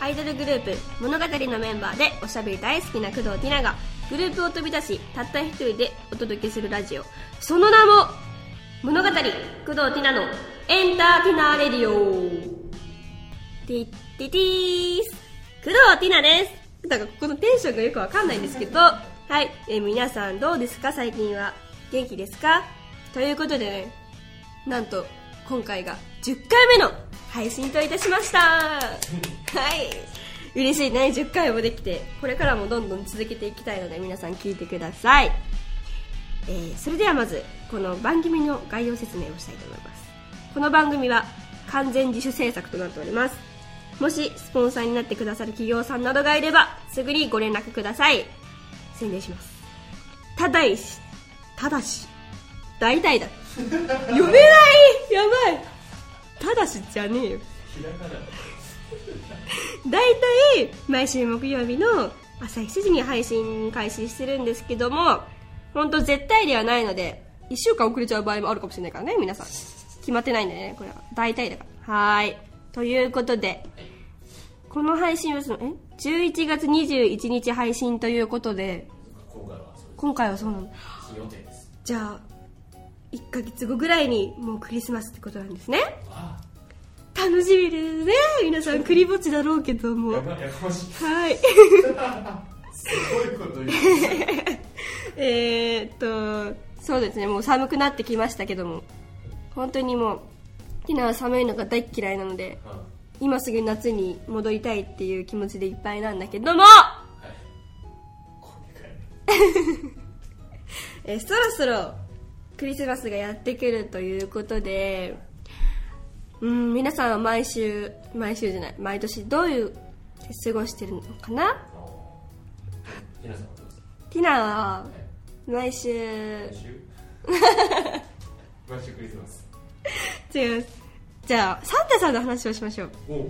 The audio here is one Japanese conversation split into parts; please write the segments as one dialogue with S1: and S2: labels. S1: アイドルグループ物語のメンバーでおしゃべり大好きな工藤ティナがグループを飛び出したった一人でお届けするラジオその名も物語工藤ティナのエンターティナーレディオティッティティース工藤ティナですなんかここのテンションがよくわかんないんですけどはい、えー皆さんどうですか最近は元気ですかということでねなんと今回が10回目の配信といたしましたはい嬉しいね10回もできてこれからもどんどん続けていきたいので皆さん聞いてください、えーそれではまずこの番組の概要説明をしたいと思いますこの番組は完全自主制作となっておりますもしスポンサーになってくださる企業さんなどがいればすぐにご連絡ください宣伝しますただいしただし大体だ読めないやばいただしじゃねえよ大体毎週木曜日の朝7時に配信開始してるんですけども本当絶対ではないので1週間遅れちゃう場合もあるかもしれないからね皆さん決まってないんだよねこれは大体だからはーいということでこの配信はそのえ11月21日配信ということで
S2: 今回はそうで
S1: 今回はそうなの
S2: す予定です
S1: じゃあ1ヶ月後ぐらいにもうクリスマスってことなんですね
S2: あ
S1: 楽しみですね皆さんクリぼっちだろうけども
S2: や
S1: は
S2: ばやばしい
S1: い
S2: すごいこと言う
S1: えーっとそうですねもう寒くなってきましたけども本当にもう昨日は寒いのが大っ嫌いなので
S2: うんは
S1: 今すぐ夏に戻りたいっていう気持ちでいっぱいなんだけども、
S2: いこれから
S1: えーそろそろクリスマスがやってくるということでうん皆さんは毎週毎週じゃない毎年どういう過ごしてるのかな
S2: あの皆さんはどうですか
S1: ティナは
S2: はい
S1: 毎週
S2: 毎週毎週クリスマス
S1: 違うじゃあサンタさんの話をしましょう
S2: おう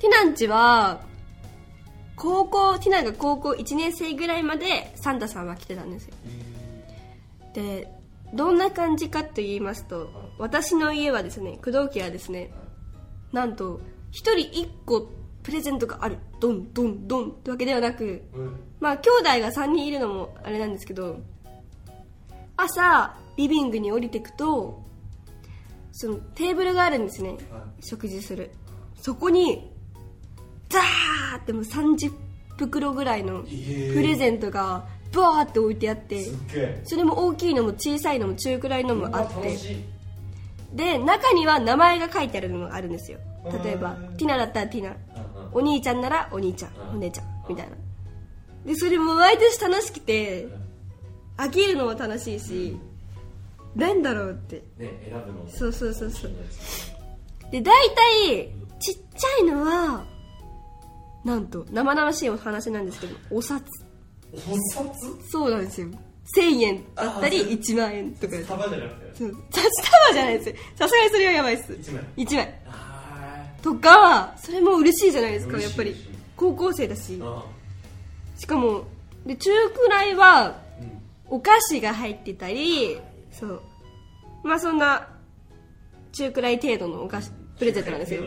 S1: ティナんちは高校ティナが高校1年生ぐらいまでサンタさんは来てたんですよでどんな感じかと言いますと私の家はですね工藤家はですねなんと1人1個プレゼントがあるドンドンドンってわけではなく
S2: うん
S1: まあ兄弟が3人いるのもあれなんですけど朝リビングに降りてくとそのテーブルがあるんですね
S2: は
S1: 食事するそこにザーってもう30袋ぐらいの
S2: いえー
S1: プレゼントがバーって置いてあって
S2: すっげえ
S1: それも大きいのも小さいのも中くらいのもあっ
S2: うわ
S1: て
S2: 楽しい
S1: で中には名前が書いてあるのがあるんですよ例えば
S2: うん
S1: ティナだったらティナ
S2: うんうん
S1: お兄ちゃんならお兄ちゃん
S2: うん
S1: お姉ちゃんみたいなでそれも毎年楽しくて飽きるのも楽しいしなんだろうって
S2: ね選ぶのも
S1: そうそうそうそう
S2: 楽しいです
S1: で大体ちっちゃいのはなんと生々しいお話なんですけどお札
S2: お札
S1: そうなんですよ1000円だったり
S2: あー
S1: 1万円とかです
S2: 束じゃなくて
S1: そう 札束じゃないですよさすがにそれはやばいっす
S2: 一枚
S1: 1枚
S2: あ
S1: とかそれも嬉しいじゃないですか
S2: 嬉
S1: や
S2: しい
S1: っぱり
S2: 嬉しい
S1: 高校生だし
S2: ーあ
S1: しかもで中くらいは
S2: ーうん
S1: お菓子が入ってたりそうまあそんな中くらい程度のお菓子プレゼントなんですよ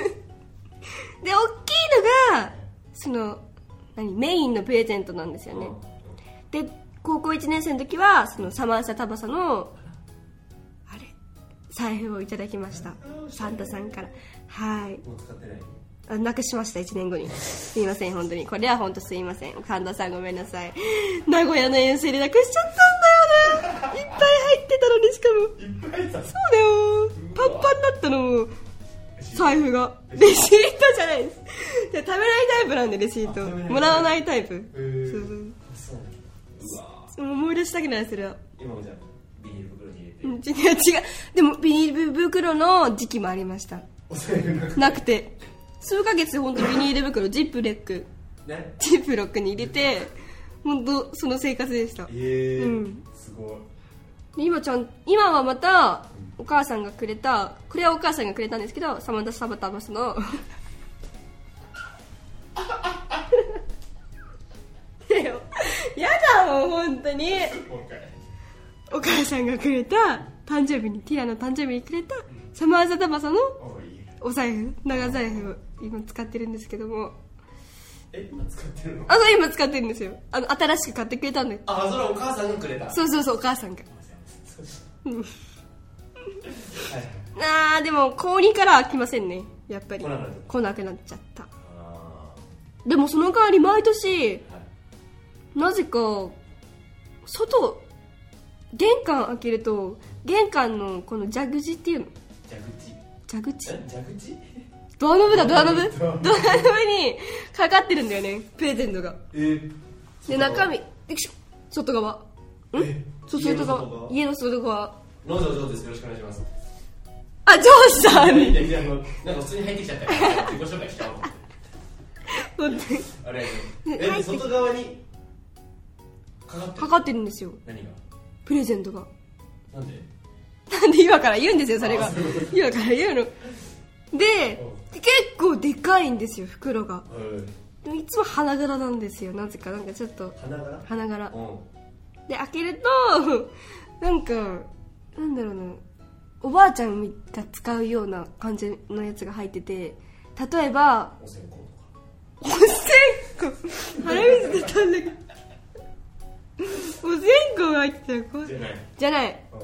S1: で大きいのがその何メインのプレゼントなんですよねで高校1年生の時はそのサマンサタバサのあれ財布をいただきましたサンタさんからはい
S2: もう使ってない
S1: あなくしました1年後にすいません本当にこれは本当すいません神田さんごめんなさい名古屋の遠征でなくしちゃったんだよねいっぱい入ってたのにしかも
S2: いっぱいさ
S1: そうだよパンパンだったのも財布がレシートじゃないですじゃ食べないタイプなんでレシート
S2: あ食べない
S1: もらわないタイプ
S2: へー
S1: そうそう
S2: そううわ
S1: そう思い出したくないそれは
S2: ー今もじゃあビニール袋に入れて、
S1: うん違う違うでもビニール袋の時期もありました
S2: お財布なく
S1: なくて数ヶ月本当ビニール袋ジップレック
S2: ね
S1: ジップロックに入れて本当その生活でした
S2: ええ
S1: うん
S2: すごい
S1: 今ちゃん今はまたお母さんがくれたこれはお母さんがくれたんですけどサマンタサバタバスのねえよやだもん本当に
S2: 今回
S1: お母さんがくれた誕生日にティラの誕生日にくれたサマーザタバサの
S2: おいいね
S1: お財布長財布を今使ってるんですけども
S2: え今使ってるの
S1: あそう今使ってるんですよあの新しく買ってくれたんだよ
S2: あそれはお母さんがくれた
S1: そうそうそうお母さんがあーでも氷からは来ませんねやっぱり
S2: 来なく
S1: 来なく
S2: なっちゃっ
S1: なっちゃった
S2: あ
S1: でもその代わり毎年
S2: ーはい
S1: なぜか外玄関開けると玄関のこの蛇口っていうの
S2: 蛇口
S1: 蛇口
S2: え蛇口
S1: ドアノブだドアノブド
S2: ド
S1: ア
S2: ア
S1: ノ
S2: ノ
S1: ブ
S2: ブ
S1: にかかってるんだよねプレゼントが
S2: え
S1: で中身よいしょ外側ん
S2: え
S1: そう
S2: 家
S1: 外
S2: の外
S1: 側
S2: 側
S1: 家の外側
S2: 農場上ですよろしくお願いします
S1: あジョージさん
S2: いやいやもうなんか普通に入ってきちゃったから自己紹介しちゃおうと思って
S1: 本当に
S2: あれ
S1: 入って
S2: え外側にかかって
S1: か
S2: る
S1: かってるんですよ
S2: 何が
S1: プレゼントが
S2: なんで
S1: なんで今から言うんですよそれが
S2: あそういうこ
S1: 今から言うので結構でかいんですよ袋が
S2: うん
S1: でもいつも花柄なんですよなぜかなんかちょっと
S2: 花柄
S1: 花柄
S2: うん
S1: で開けるとなんかなんだろうなおばあちゃんが使うような感じのやつが入ってて例えば
S2: お線香とか
S1: お線香鼻水出たんだけどお線香が入ってたよこう
S2: じゃない
S1: じゃない
S2: うん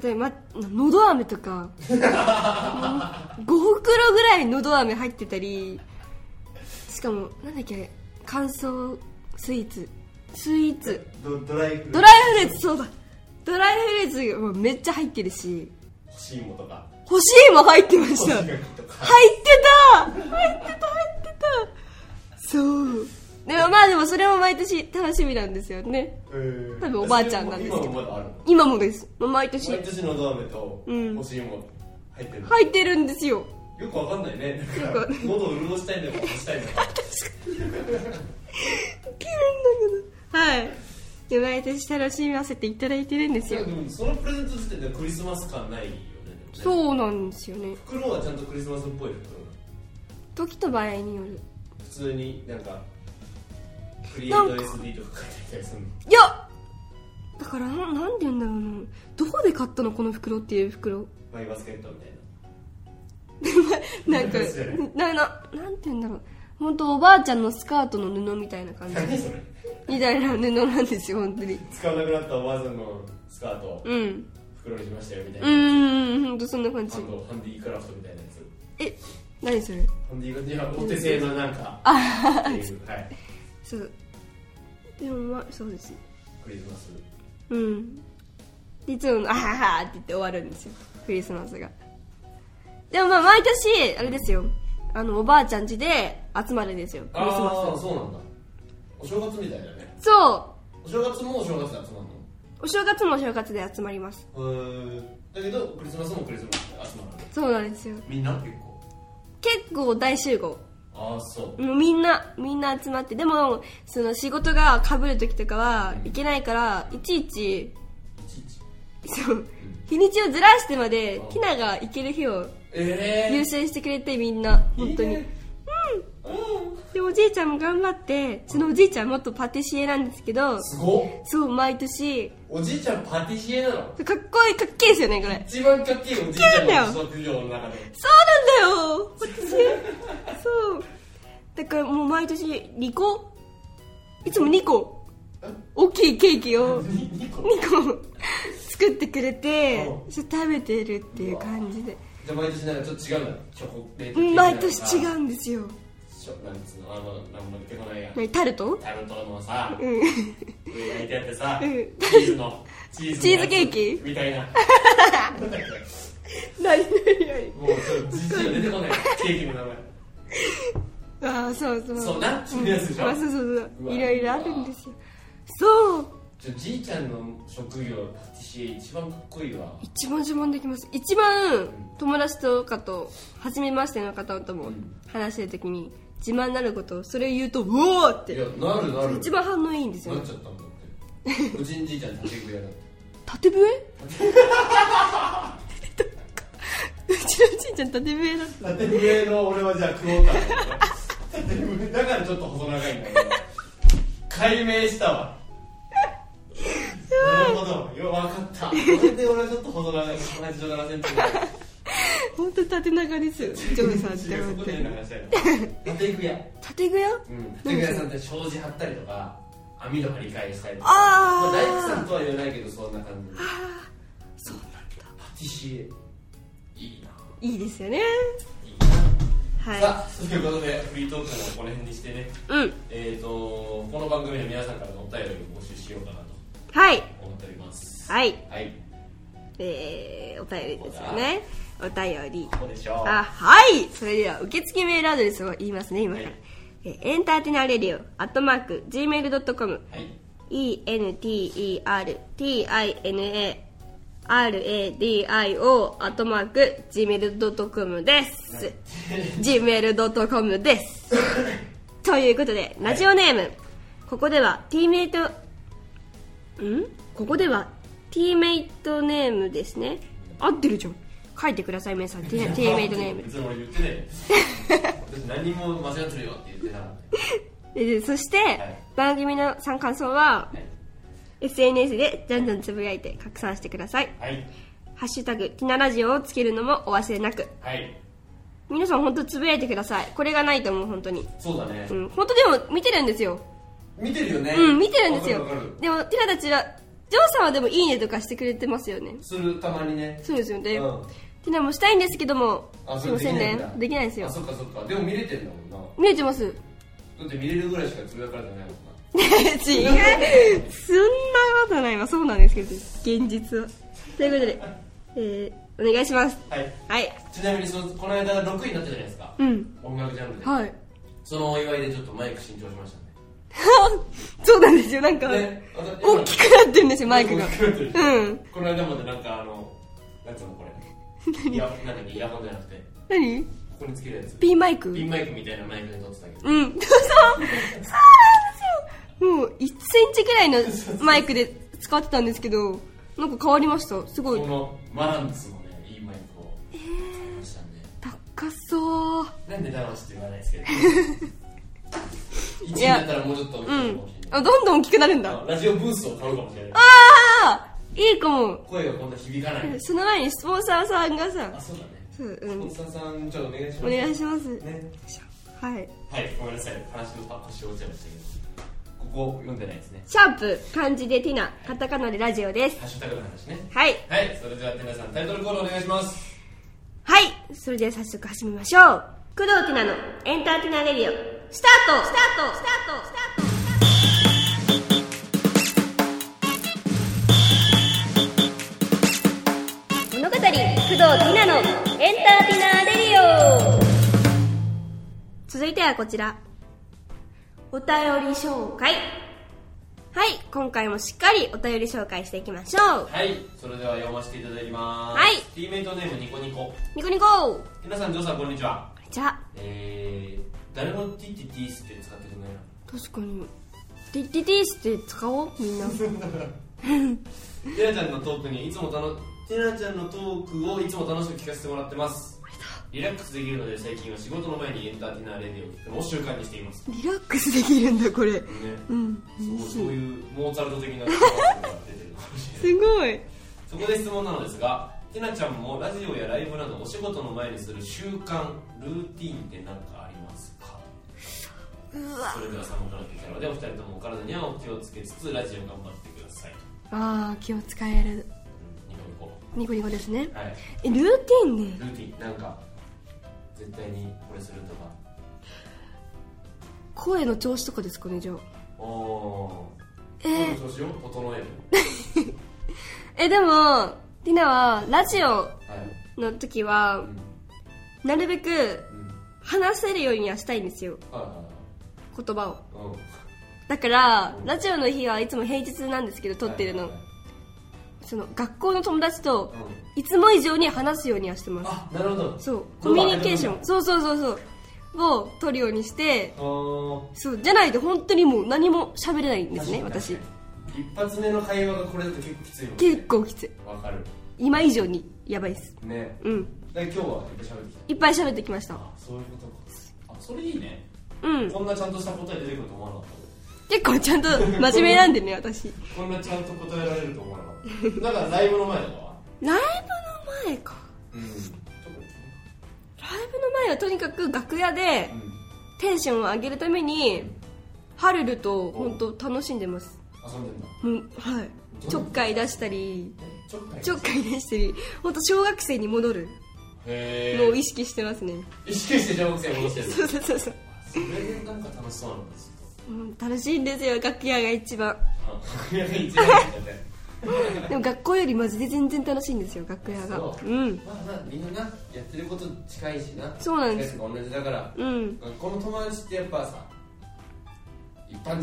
S1: 例えばのど飴とか5袋ぐらいのど飴入ってたりしかもなんだっけあれ乾燥スイーツスイーツ
S2: ドドライフルーツ
S1: ドライフルーツそうだドライフルーツもめっちゃ入ってるし
S2: 干し芋とか
S1: 欲しいも入ってま
S2: 干
S1: し
S2: した
S1: 入って
S2: 柿とか
S1: た入ってた入ってたそうでもまあでもそれも毎年楽しみなんですよね
S2: うん
S1: 多分おばあちゃんなんですけど
S2: 今もまだあるの
S1: 今もですもう毎年
S2: 毎年のど飴と
S1: うん
S2: 干し芋入ってる
S1: 入ってるんですよ
S2: よくわかんないね
S1: よ
S2: なん
S1: くわか
S2: か
S1: んない
S2: 喉を潤したいのか干したいの か
S1: けるんだけどはいで毎年楽しませていただいてるんです
S2: そ
S1: よ
S2: うでもそのプレゼント時点でクリスマス感ないよねでもね
S1: そうなんですよね
S2: 袋はちゃんとクリスマスっぽい袋なの
S1: 時と場合による
S2: 普通になんかクリエイト SD とか書いてあったりするの
S1: いやだからななんて言うんだろうなどこで買ったのこの袋っていう袋
S2: マイバスケットみたい
S1: なんか
S2: そうですよ
S1: なななんて言うんだろう本当おばあちゃんのスカートの布みたいな感じ
S2: な何それ
S1: みたいな布なんですよ本当に
S2: 使わなくなったおばあさんのスカートを
S1: うん
S2: 袋にしましたよみたいうな
S1: ーん本当そんな感じ
S2: ハンドハンディクラフトみたいなやつ
S1: え何それ
S2: ハンディクラフトいやお手製のなんかっていうはい
S1: そうでもまあそうですね
S2: クリスマス
S1: うんでいつも「あはは」って言って終わるんですよクリスマスがでもまあ毎年あれですよあのおばあちゃん家で集まるんですよクリス
S2: あ
S1: マ
S2: あそうなんだお正月みたいだね
S1: スそ
S2: お正月もお正月で集ま
S1: うお正月もお正月で集まります
S2: るのへえだけどクリスマスもクリスマスで集まるの
S1: そうなんですよ
S2: みんな結構
S1: 結構大集合
S2: ああそう
S1: もうみんなみんな集まってでもその仕事がかぶる時とかは行けないからいちいち
S2: いちいち
S1: そう日にちをずらしてまでティナが行ける日を
S2: ええ
S1: 優先してくれてみんな本当に
S2: うん
S1: でおじいちゃんも頑張ってそのおじいちゃん元パティシエなんですけど
S2: すごっ
S1: そう毎年か
S2: おじいちゃんパティシエなの
S1: っこいいかっけえですよねこれ
S2: 一番かっけえおじいちゃんの職業の中で
S1: そうなんだよパティシエそうだからもう毎年2個いつも2個大きいケーキ を2
S2: 2個
S1: 個作ってくれて
S2: う
S1: それ食べてるっていう感じで
S2: じゃあ毎年なんかちょっと違うんだチョコレート
S1: うん毎年違
S2: う
S1: うんですよ
S2: なんつうのあのなんも出てこないや
S1: 何タルト
S2: タルトのさ
S1: うん
S2: 上焼いてあってさ、
S1: うん
S2: チーズのチー
S1: チーズケーキ
S2: みたいななんだっ
S1: 何何何
S2: けもうちょっとじじいが出てこないケーキの名前
S1: ああそうそう
S2: そうナッキーのやつでしょ、
S1: あそうそう
S2: う
S1: そ
S2: わ
S1: ういろいろあるんですよそう
S2: ちょじいちゃんの職業パティシエ一番かっこいいわ
S1: 一番自慢できます一番友達とかと初めましての方とも話してる時に自慢になることをそれを言うと「うおー!」っ
S2: い
S1: て
S2: やなるなる
S1: 一番反応いいんですよ
S2: なっ
S1: ね
S2: ちゃったんだっておじいじいちゃん立ち食いやな
S1: 縦 笛うちのじいちゃん縦笛だ
S2: 縦笛の俺はじゃあクォーター縦笛だからちょっと細長いんだけど解明したわなるほどよ分かったこれで俺はちょっと細長い同じ17センチぐらい
S1: 本当縦長 ですよジョンさんって
S2: そ
S1: 本
S2: こ
S1: 当
S2: で
S1: に
S2: 話したいの縦具屋
S1: 縦具屋
S2: うん縦具屋さんって障子貼ったりとか網戸張り替えしたりとか
S1: あー
S2: ま大工さんとは言わないけどそんな感じ
S1: そうなんだ
S2: パティシエいいない
S1: いですよね
S2: いいな、
S1: は
S2: さあということでフリートークもこの辺にしてね
S1: いうん
S2: えー、とこの番組では皆さんからのお便りを募集しようかなと
S1: はい
S2: 思っております
S1: はい
S2: はい
S1: えー、お便りですよねお便り
S2: そうでしょう
S1: あはいそれでは受付メールアドレスを言いますね今から、
S2: はい
S1: えーエンターテイナーレディオアットマーク Gmail.com
S2: はい
S1: entertinaradio アットマーク gmail.com です、gmail.com ですということでラジオネーム、ここでは T メイトんここでは T メイトネームですね合ってるじゃん書いてください皆 さん T メイトネーム
S2: いつも俺言ってね私何も間違ってるよって言ってなかった
S1: でそして、
S2: い
S1: 番組の参感想は、
S2: はい
S1: SNS でじゃんじゃんつぶやいて拡散してください
S2: はい
S1: 「ハッシュタグティナラジオ」をつけるのもお忘れなく
S2: はい
S1: 皆さん本当つぶやいてくださいこれがないと思う本当に
S2: そうだね、
S1: うん本当でも見てるんですよ
S2: 見てるよね
S1: うん見てるんですよ
S2: わかるわかる
S1: でもティナたちはジョーさんはでも「いいね」とかしてくれてますよね
S2: するたまにね
S1: そうですよね、
S2: うん
S1: ティナもしたいんですけども
S2: あ
S1: す
S2: そ
S1: いま
S2: れ
S1: せんね
S2: だ
S1: できないですよ
S2: あそっかそっかでも見れてんだもんな
S1: 見えてます
S2: だって見れるぐらいしかつぶやかれてないもんな
S1: 違うそんなことないわそうなんですけど現実はということで、えー、お願いします
S2: はい
S1: はい
S2: ちなみにそのこの間6位になったじゃないですか、
S1: うん
S2: 音楽ジャンルで、
S1: はい
S2: そのお祝いでちょっとマイク新調しまし
S1: そうなんですよなん
S2: た
S1: か、
S2: ねねあだ
S1: 大きくなってるんですよマイクが
S2: 大きくなってる
S1: うん
S2: この間までなんかあのなんつうのこれイヤなんかイヤホンじゃなくて
S1: 何
S2: ここにつけるやつ
S1: ピンマイク
S2: ピンマイクみたいなマイクで撮ってたけど
S1: うん、 そう、そうなんですよ。もう1センチくらいのマイクで使ってたんですけど、なんか変わりました。すごい
S2: こ。のマランツのねいいマイクを買いましたんで、
S1: 高そう。
S2: なんで騙して言わないです けど1
S1: い
S2: 位
S1: や
S2: だったらもうちょっと
S1: う
S2: 大きいか
S1: ん
S2: もしれ。ない、
S1: あ、どんどん大きくなるんだ。
S2: あラジオブースを買うかもしれない
S1: あーいいかも。
S2: 声がこんな響かない
S1: その前にスポンサーさんが
S2: あ
S1: さ、
S2: そうだね
S1: そう、う
S2: スポ
S1: ん
S2: ン、サーさんちょっとお願いします
S1: お願いします。
S2: ね
S1: はい。
S2: はいごめんなさい話の腰折っちゃいましたけどここ読んでないですね
S1: シャープ、漢字でティナ、カタカナでラジオです。
S2: ハッシュタグの話ね
S1: はい。
S2: はいそれでは皆さんタイトルコールお願いします
S1: はい。それでは早速始めましょう。工藤ティナのエンターティナーレディオ、スタートスタートスタートスタート物語工藤ティナのエンターティナーレディオ続いてはこちらお便り紹介はい今回もしっかりお便り紹介していきましょう
S2: はいそれでは読ませていただきます
S1: はい
S2: ティーメイトネームニコニコ
S1: ニコニコ
S2: 皆さんジョーさんこんにちは
S1: じゃあ
S2: えー、誰もティッティティースって使ってくれないな
S1: 確かにティッティティースって使おうみんな
S2: ティナちゃんのトークにいつもたのティナちゃんのトークをいつも楽しく聞かせてもらってますリラックスできるので最近は仕事の前にエンターテイナーレディオを聞くのを習慣にしていますね
S1: リラックスできるんだこれうん
S2: そうそういうモーツァルト的な出てるかもしれない
S1: すごい
S2: そこで質問なのですがティナちゃんもラジオやライブなどお仕事の前にする習慣ルーティーンって何かありますか
S1: うわ
S2: それでは寒くなってきたのでお二人ともお体にはお気をつけつつラジオ頑張ってください
S1: ああ気を使える
S2: うんニコニコ
S1: ニコニコですね
S2: はい
S1: えルーティンね
S2: ルーティンなんか絶対にこれするとか
S1: 声の調子とかですかねじゃあ
S2: おお
S1: え
S2: ー
S1: ー、
S2: そうしよう整える
S1: えでもティナはラジオ
S2: はい
S1: の時は
S2: うん
S1: なるべく
S2: うん
S1: 話せるようにはしたいんですよ
S2: はいはいは
S1: 言葉を
S2: いうん
S1: だからラジオの日はいつも平日なんですけど撮ってるの
S2: はいはい
S1: その学校の友達と
S2: はいうん
S1: いつも以上に話すようにはしてます
S2: あなるほど
S1: そうコミュニケーションそうそうそうそうを取るようにして
S2: あ
S1: そうじゃないと本当にもう何も喋れないんですね
S2: 確かに
S1: 私
S2: 一発目の会話がこれだと結構きついもん
S1: 結構きつい
S2: わかる
S1: 今以上にやばいです
S2: ね
S1: うん
S2: で今日はいっぱい喋ってき
S1: いっぱい喋ってきました
S2: たあそういうことかあそれいいね
S1: うん
S2: こんなちゃんとした答え出てくると思わなかっ
S1: 結構ちゃんと真面目なんでね私
S2: たこんなちゃんと答えられ ると思わなかっただからライブの前だ
S1: ライ
S2: わ
S1: ブの前か
S2: うん特にね
S1: ライブの前はとにかく楽屋で
S2: うん
S1: テンションを上げるためにハルルと本当楽しんでます
S2: 遊んでんだ
S1: もうはいちょっかい出したり
S2: ちょっかい
S1: ちょっかい出したり本当小学生に戻る
S2: へ
S1: のを
S2: え
S1: 意識してますね
S2: 意識して小学生に戻してる
S1: そうそうそうそう
S2: それでなんか楽しそうなんですよ
S1: うん楽しいんですよ楽屋が一番
S2: あ楽屋が一番いいんだね
S1: でも学校よりマジで全然楽しいんですよ楽屋が
S2: そう
S1: うん
S2: まあまあみんななやってること近いしな
S1: そうなんです
S2: やつが同じだから
S1: うん
S2: この友達ってやっぱさ一般人じゃんみたい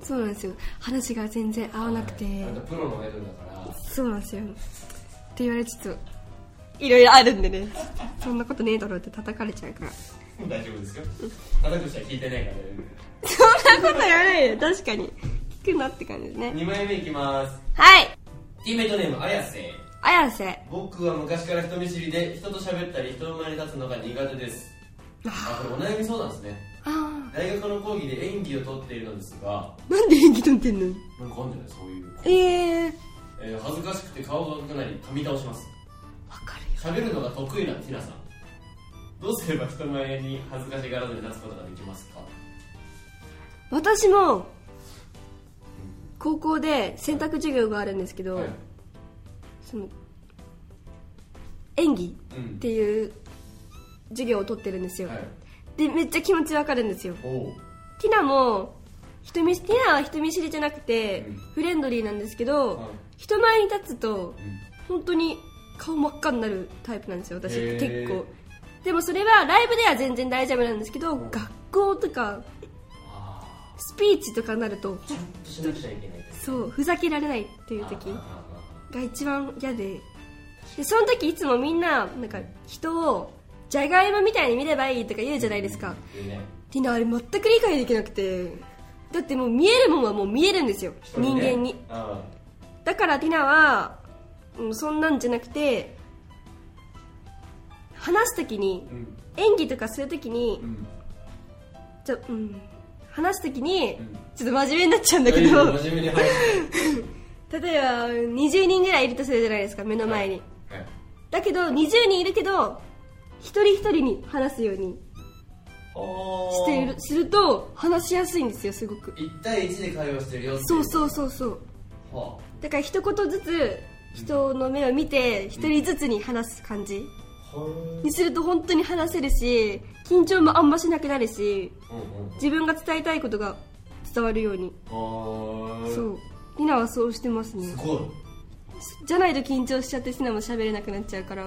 S2: な
S1: そうなんですよ話が全然合わなくて
S2: あんたプロのアイドルだから
S1: そうなんですよって言われつついろいろあるんでねそんなことねえだろうって叩かれちゃうから
S2: 大丈夫ですよ叩く人は聞いてないから
S1: そんなこと言わないで確かに聞くなって感じですね
S2: 2枚目いきます
S1: はい
S2: ティーメイトネーム綾瀬
S1: 綾瀬
S2: 僕は昔から人見知りで人と喋ったり人の前に立つのが苦手ですあこれお悩みそうなんですね
S1: あ
S2: 大学の講義で演技を取っているのですが
S1: あなんで演技取ってんの
S2: なんかあるんじゃないそういう、
S1: ええ
S2: えー恥ずかしくて顔が赤くなり噛み倒します
S1: わかる
S2: 喋るのが得意なティナさんどうすれば人前に恥ずかしがらずに立つことができますか
S1: 私も高校で選択授業があるんですけど、
S2: はい
S1: その演技
S2: う
S1: っ
S2: ん
S1: ていう授業を取ってるんですよ、
S2: はい
S1: でめっちゃ気持ちわかるんですよ
S2: おおう
S1: ティナも人見知ティナは人見知りじゃなくて、
S2: うん
S1: フレンドリーなんですけど、
S2: はい
S1: 人前に立つと
S2: うん
S1: 本当に顔真っ赤になるタイプなんですよ私
S2: へー
S1: 結構でもそれはライブでは全然大丈夫なんですけど、
S2: うん
S1: 学校とか
S2: あ
S1: スピーチとかになると
S2: あちゃんとしなくちゃいけないっ
S1: そうふざけられないって
S2: て
S1: いう時が一番嫌ででその時いつもみんななんか人をじゃがいもみたいに見ればいいとか言うじゃないですか、
S2: いいね
S1: ティナあれ全く理解できなくてだってもう見えるもんはもう見えるんですよ
S2: 一
S1: 人
S2: ね
S1: 間に
S2: あ
S1: だからティナは、うん、そんなんじゃなくて話す時に
S2: ーうん
S1: 演技とかする時に
S2: うん
S1: ちょ、うん、話す時に
S2: うん
S1: ちょっと真面目になっちゃうんだけ
S2: いやいや
S1: ど
S2: 真面目に話して
S1: 例えば20人ぐらいいるとするじゃないですか目の前に、
S2: はい
S1: だけど20人いるけど一人一人に話すようにし
S2: して
S1: るすると話しやすいんですよすごく
S2: 1対1で会話してるよってい
S1: そうそう
S2: う
S1: そうそう
S2: は
S1: だから一言ずつ人の目を見て一人ずつに話す感じ
S2: あは
S1: にすると本当に話せるし緊張もあんましなくなるし
S2: あうんうん
S1: 自分が伝えたいことが伝わるように
S2: はー
S1: そうリナはそうしてますね
S2: すごい、うん、
S1: じゃないと緊張しちゃってリナも喋れなくなっちゃうから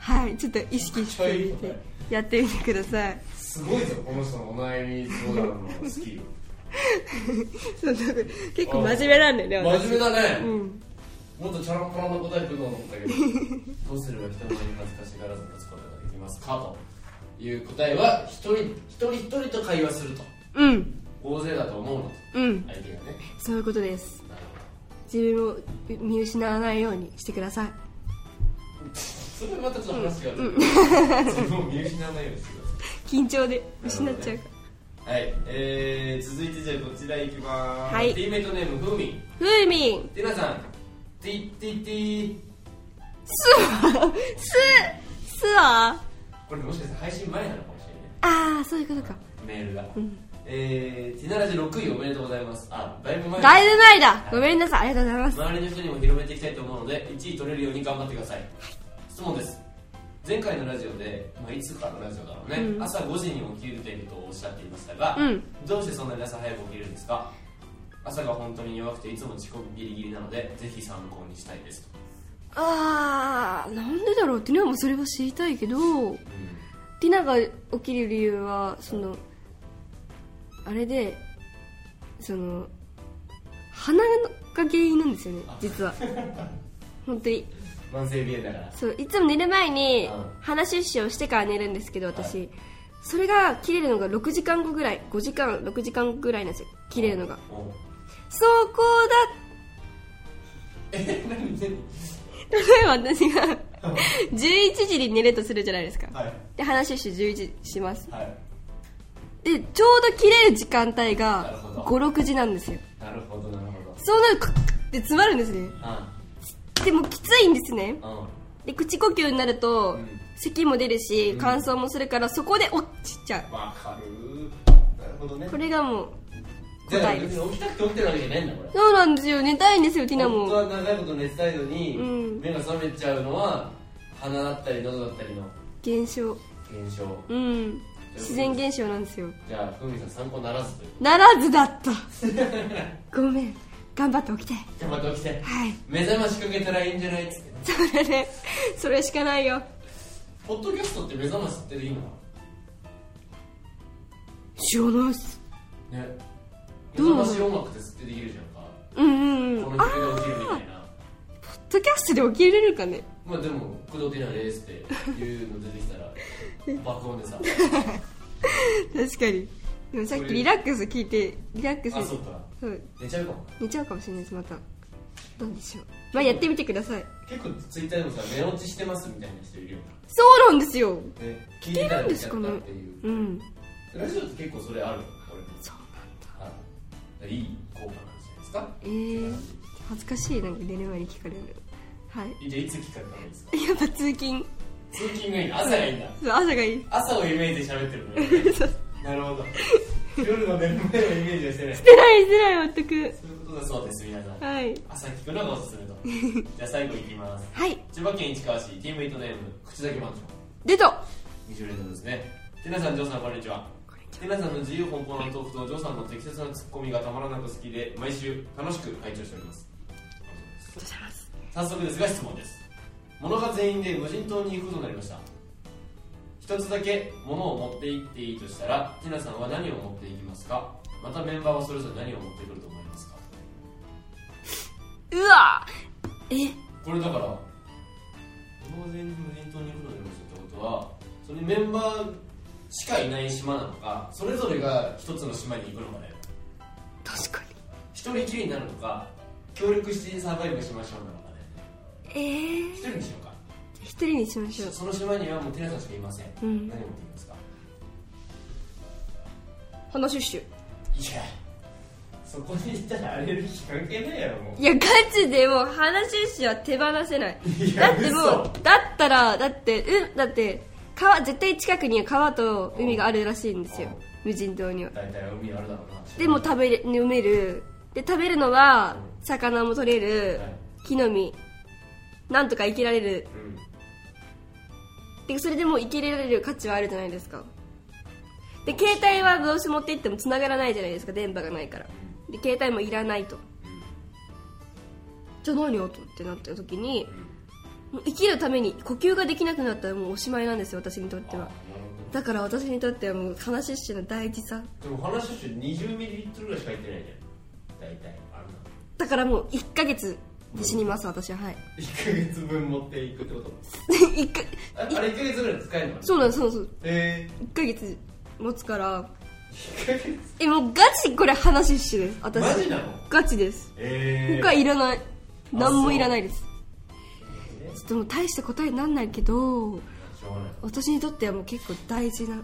S1: はいちょっと意識してみてやってみてください
S2: すごいぞこの人のお悩み相談のスキル
S1: そうなんか結構真面目なんだよね
S2: 真面目だね、
S1: うん
S2: もっとチャランポランな答え来るのと思ったけど どうすれば人前に恥ずかしがらず立つことができますかという答えは一人一人一人と会話すると
S1: うん
S2: 大勢だと思うのと
S1: うん
S2: 相手がね
S1: そういうことです
S2: なるほど
S1: 自分を見失わないようにしてください
S2: それはまたちょっと話がある、 自分を見失わないようにしてください
S1: 緊張で失っちゃうから
S2: はい、えー、続いてじゃあこちらいきます、
S1: はい
S2: ティーメイトネームふうみん
S1: ふうみん
S2: てなさんティティティ
S1: すわすすわ
S2: これもしかしたら配信前なのかもしれない
S1: ああそういうことか
S2: メールが、えー、ティナラジ6位おめでとうございますあだいぶ前
S1: だいぶ前だごめんなさいありがとうございます
S2: 周りの人にも広めていきたいと思うので1位取れるように頑張ってください、質問です前回のラジオで、まあ、いつかのラジオだろうね、
S1: うん
S2: 朝5時に起きるということをおっしゃっていましたが、
S1: うん
S2: どうしてそんなに朝早く起きるんですか朝が本当に弱くていつも遅刻ギリギリなのでぜひ参考にしたいですと、
S1: ああなんでだろうってねもうそれは知りたいけど
S2: うん
S1: ティナが起きる理由はそのあれでその鼻が原因なんですよね実は本当に
S2: 慢性鼻炎だから
S1: そういつも寝る前に
S2: うん
S1: 鼻出資をしてから寝るんですけど私、
S2: は
S1: それが切れるのが6時間後ぐらい5時間6時間ぐらいなんですよ切れるのが
S2: おう
S1: そこ
S2: え何何
S1: だ例えば私が 11時に寝るとするじゃないですか、
S2: はい
S1: で鼻出資11時します
S2: はい
S1: でちょうど切れる時間帯
S2: なる
S1: が
S2: ほど
S1: 56時なんですよ
S2: なるほどなるほど
S1: そうなるとクックって詰まるんですね
S2: あ
S1: でもきついんですね
S2: うん
S1: で口呼吸になると、
S2: うん
S1: 咳も出るし
S2: ん
S1: 乾燥もするからそこで落ちちゃ
S2: わかるなるほどね
S1: うこれがもう
S2: じゃあ
S1: 答え
S2: 別
S1: です
S2: に起きたくて起きてるわけじゃないんだこれ
S1: そうなんですよ寝たいんですよティナ
S2: 本当
S1: も
S2: は長いこと寝てたいのに、
S1: うん
S2: 目が覚めちゃうのは鼻だったり喉だったりの
S1: 現象
S2: 現象
S1: うん自然現象なんですよ
S2: じゃあふみさん参考ならずという
S1: ならずだった ごめん頑張って起きて
S2: じゃあまた起きて
S1: はい
S2: 目覚ましかけたらいいんじゃないっつって
S1: それで、それしかないよ
S2: ポッドキャストって目覚ましってできるのか
S1: 知らないっす
S2: なね
S1: ど
S2: 目
S1: うなの
S2: 覚まし音楽って絶対できるじゃんか
S1: うんうんう
S2: こ
S1: ん
S2: の
S1: あポッ
S2: 曲で起きるみたいな
S1: ドキャストで起きれるかね
S2: まあでも「工藤ティナレース」っていうの出てきたら爆音 でさ
S1: 確かにでもさっきリラックス聞いてリラックス
S2: あそうか
S1: そう
S2: 寝ちゃうかも
S1: 寝ちゃうかもしれないですまたどうでしょうまあやってみてください
S2: 結構ツイッターでもさ寝落ちしてますみたいな人いるよ
S1: そうなんですよ
S2: なね聞い
S1: て
S2: てた
S1: る
S2: ら
S1: んで
S2: 寝ち
S1: す
S2: ゃっ
S1: か
S2: た
S1: ね
S2: っていう
S1: うん
S2: ラジオって結構それあるの俺も
S1: そう
S2: あるだからいい効果なんじゃないですか
S1: えー、恥ずかしいなんか寝る前に聞かれるはい
S2: じゃあいつ聞かれたらいいです か
S1: やっぱ通勤
S2: 通勤がいい朝がいいんだ
S1: そう朝がいい
S2: 朝をイメージで喋ってるの ね
S1: そう
S2: なるほど夜の寝る前のイメージはしてない
S1: してないしてない全く
S2: そういうことだそうです皆さん
S1: はい
S2: 朝聞くのがおすすめとじゃあ最後いきます
S1: はい
S2: 千葉県市川市ティームイートネーム口だけマンション
S1: 出た
S2: 20連続ですねテナさんジョーさんこんにちは
S1: これ
S2: テナさんの自由奔放なトークとジョーさんの適切なツッコミがたまらなく好きで毎週楽しく拝聴しております
S1: ありがとうございます
S2: 早速ですが質問です物が全員で無人島に行くことになりました一つだけ物を持って行っていいとしたらティナさんは何を持っていきますかまたメンバーはそれぞれ何を持ってくると思いますか
S1: うわえ
S2: これだから物が全員で無人島に行くことになりましたってことはそれメンバーしかいない島なのかそれぞれが一つの島に行くのかだよ
S1: 確かに
S2: 一人きりになるのか協力してサバイブしましょうなのかね
S1: えー、
S2: 一人にしようか
S1: 一人にしましょう
S2: その島にはもうテラさんしかいません、
S1: うん
S2: 何を持っていますか
S1: 鼻シュッシュ
S2: いやそこにいたらアレルギー関係ないやろもう
S1: いやガチでもう鼻シュッシュは手放せない
S2: いや
S1: だってもうだったらだってうんだって川絶対近くには川と海があるらしいんですよ無人島には
S2: 大体海あるだろうな
S1: でも食べれ飲めるで食べるのは魚も取れる
S2: はい
S1: 木の実なんとか生きられる
S2: うん
S1: でそれでもう生きられる価値はあるじゃないですかで携帯はどうして持って行っても繋がらないじゃないですか電波がないからで携帯もいらないとじゃあ何をとってなった時にもう生きるために呼吸ができなくなったらもうおしまいなんですよ私にとっ
S2: あ
S1: て
S2: な
S1: は
S2: る
S1: だから私にとってはもう悲しいしの大事さ
S2: ほどでも話して20ミリリットルぐらいしか入ってないじゃん大体あるな
S1: だからもう1ヶ月で死にます私ははい
S2: 1ヶ月分持っていくってこと
S1: 一ヶ
S2: ああれ1ヶ月ぐらい使えるの
S1: そうなんですそうなんで
S2: え
S1: す1ヶ月持つから
S2: ー、1ヶ月
S1: えもうガチこれ話っしです私
S2: マジなの
S1: ガチです
S2: えー、
S1: 他いらない
S2: あ
S1: 何もいらないです
S2: え
S1: ちょっともう大した答えになんないけど
S2: しょうがない
S1: 私にとってはもう結構大事な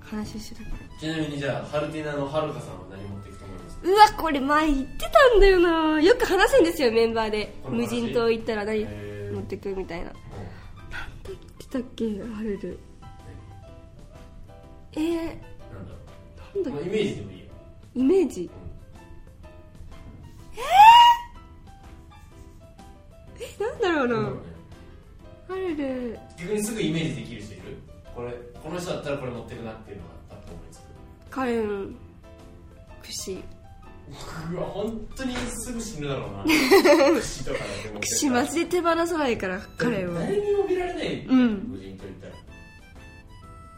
S1: 話っしだか
S2: ちなみにじゃあハルティナのはるかさんは何持っていくと思います
S1: らうわこれ前言ってたんだよなよく話すんですよメンバーで
S2: この
S1: 無
S2: 話
S1: 人島行ったら何
S2: へー
S1: 持ってくみたいな来たっけハルルえー、
S2: なんだろ
S1: なんだ
S2: う、
S1: っ
S2: まあ、イ
S1: け
S2: メージでもいいよ
S1: イメージえなんだろう
S2: うん
S1: なハルル
S2: 逆にすぐイメージできる人いるこれこの人だったらこれ持ってくなっていうのがあったと思います
S1: カレンクシ
S2: うわ本当にすぐ死ぬだろうな串とかだけ持ってく
S1: クシマジで手放さないからカレンは
S2: 誰にも見られない
S1: うん
S2: 無人島行ったら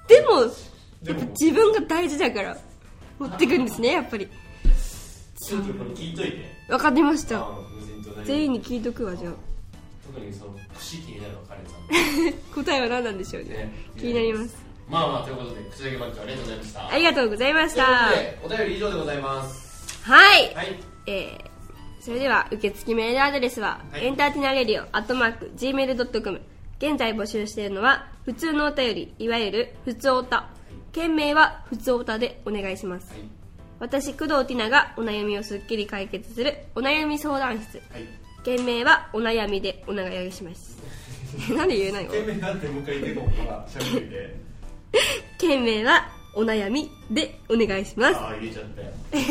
S1: でも
S2: でも
S1: 自分が大事だから持ってくんですねやっぱり
S2: ちょっとこれ聞いといて
S1: わかりました
S2: あー無人島何も
S1: 全員に聞いとくわじゃあ
S2: 特にその串気になるのカレンさん
S1: 答えは何なんでしょうね
S2: ね
S1: 気になります
S2: まあまあということで口だけ番長ありがとうございました
S1: ありがとうございました
S2: ということでお便り以上でございます
S1: はい
S2: はい
S1: えーそれでは受付メールアドレスは、
S2: はい
S1: エンターティナレディオアットマーク Gmail.com 現在募集しているのは普通のお便りいわゆる普通おた件名は普通おたでお願いします
S2: はい
S1: 私工藤ティナがお悩みをすっきり解決するお悩み相談室
S2: はい
S1: 件名はお悩みでお願いします なんで言えないの
S2: 懸命なんてもう一回言ってこうからしゃべりで
S1: 件名はお悩みでお願いします
S2: ああ入れちゃったよ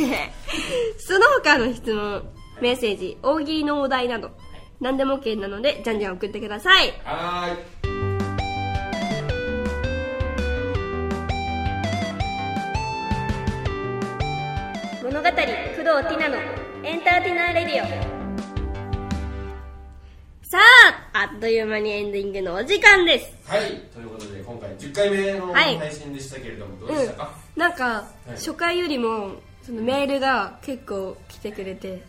S1: その他の質問メッセージ大喜利のお題など何でも OK なのでじゃんじゃん送ってください
S2: はーい
S1: 物語工藤ティナのエンターテイナーレディオさああっという間にエンディングのお時間です
S2: はいということで今回10回目の
S1: はい
S2: 配信でしたけれども、どうでしたか、
S1: うん、なんか
S2: い
S1: 初回よりもそのメールが結構来てくれて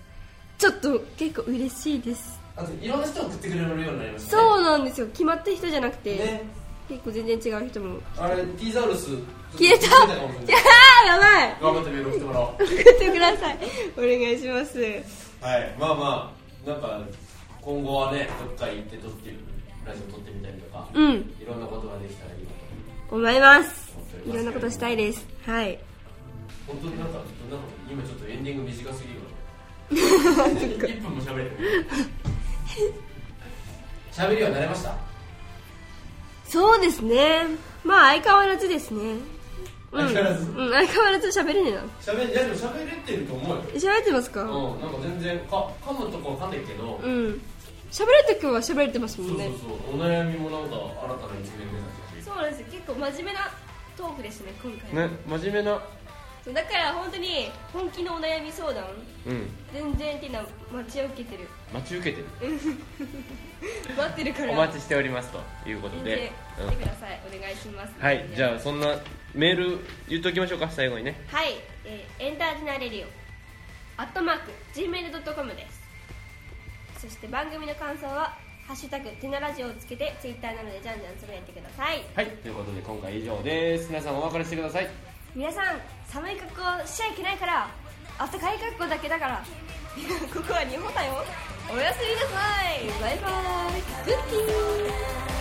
S1: ちょっと結構嬉しいです
S2: あといろんな人送ってくれるようになりましたね
S1: そうなんですよ決まった人じゃなくて、
S2: ね
S1: 結構全然違う人も
S2: あれティーザウルス
S1: 消えた
S2: 消えかもしれ
S1: い
S2: な
S1: や
S2: い
S1: ー やばい
S2: 頑張ってメール送ってもらおう
S1: 送ってくださいお願いします
S2: はいまあまあなんか今後はねどっか行って撮ってるラジオ撮ってみたりとか、
S1: うん
S2: いろんなことができたらいいなと
S1: 思いますいろんなことしたいですはい
S2: 本当になんかなんか今ちょっとエンディング短すぎ るわ1分も喋れてない喋りは慣れました
S1: そうですねまあ相変わらずですねうん、
S2: 相変わら
S1: う
S2: ず
S1: ん、相変わらず喋れねえな
S2: 喋りいやでも喋れてると思うよ
S1: 喋ってますか
S2: うん、なんか全然か噛むとこわかんないけど、
S1: うん喋れた時は喋れてますも
S2: そうんそう
S1: ね
S2: そう、お悩みもなんか新たな一面
S1: そうです結構真面目なトークですね今回
S2: 出たしね、真面目な
S1: そうだから本当に本気のお悩み相談
S2: うん、
S1: 全然っていうのは待ち受けてる
S2: 待ち受けてる
S1: 待ってるから
S3: お待ちしておりますということ
S1: 全然
S3: で、うん
S1: 来てください、お願いします
S3: はいじゃあそんなメール言っておきましょうか最後にね
S1: はい、えーエンターティナーレディオアットマーク Gmail.com ですそして番組の感想は「ハッシュタグティナラジオ」をつけてツイッターなどでじゃんじゃんつぶやいてください
S3: はいということで今回以上です皆さんお別れしてください
S1: 皆さん寒い格好しちゃいけないから暖かい格好だけだから ここは日本だよおやすみなさいバイバイグッディー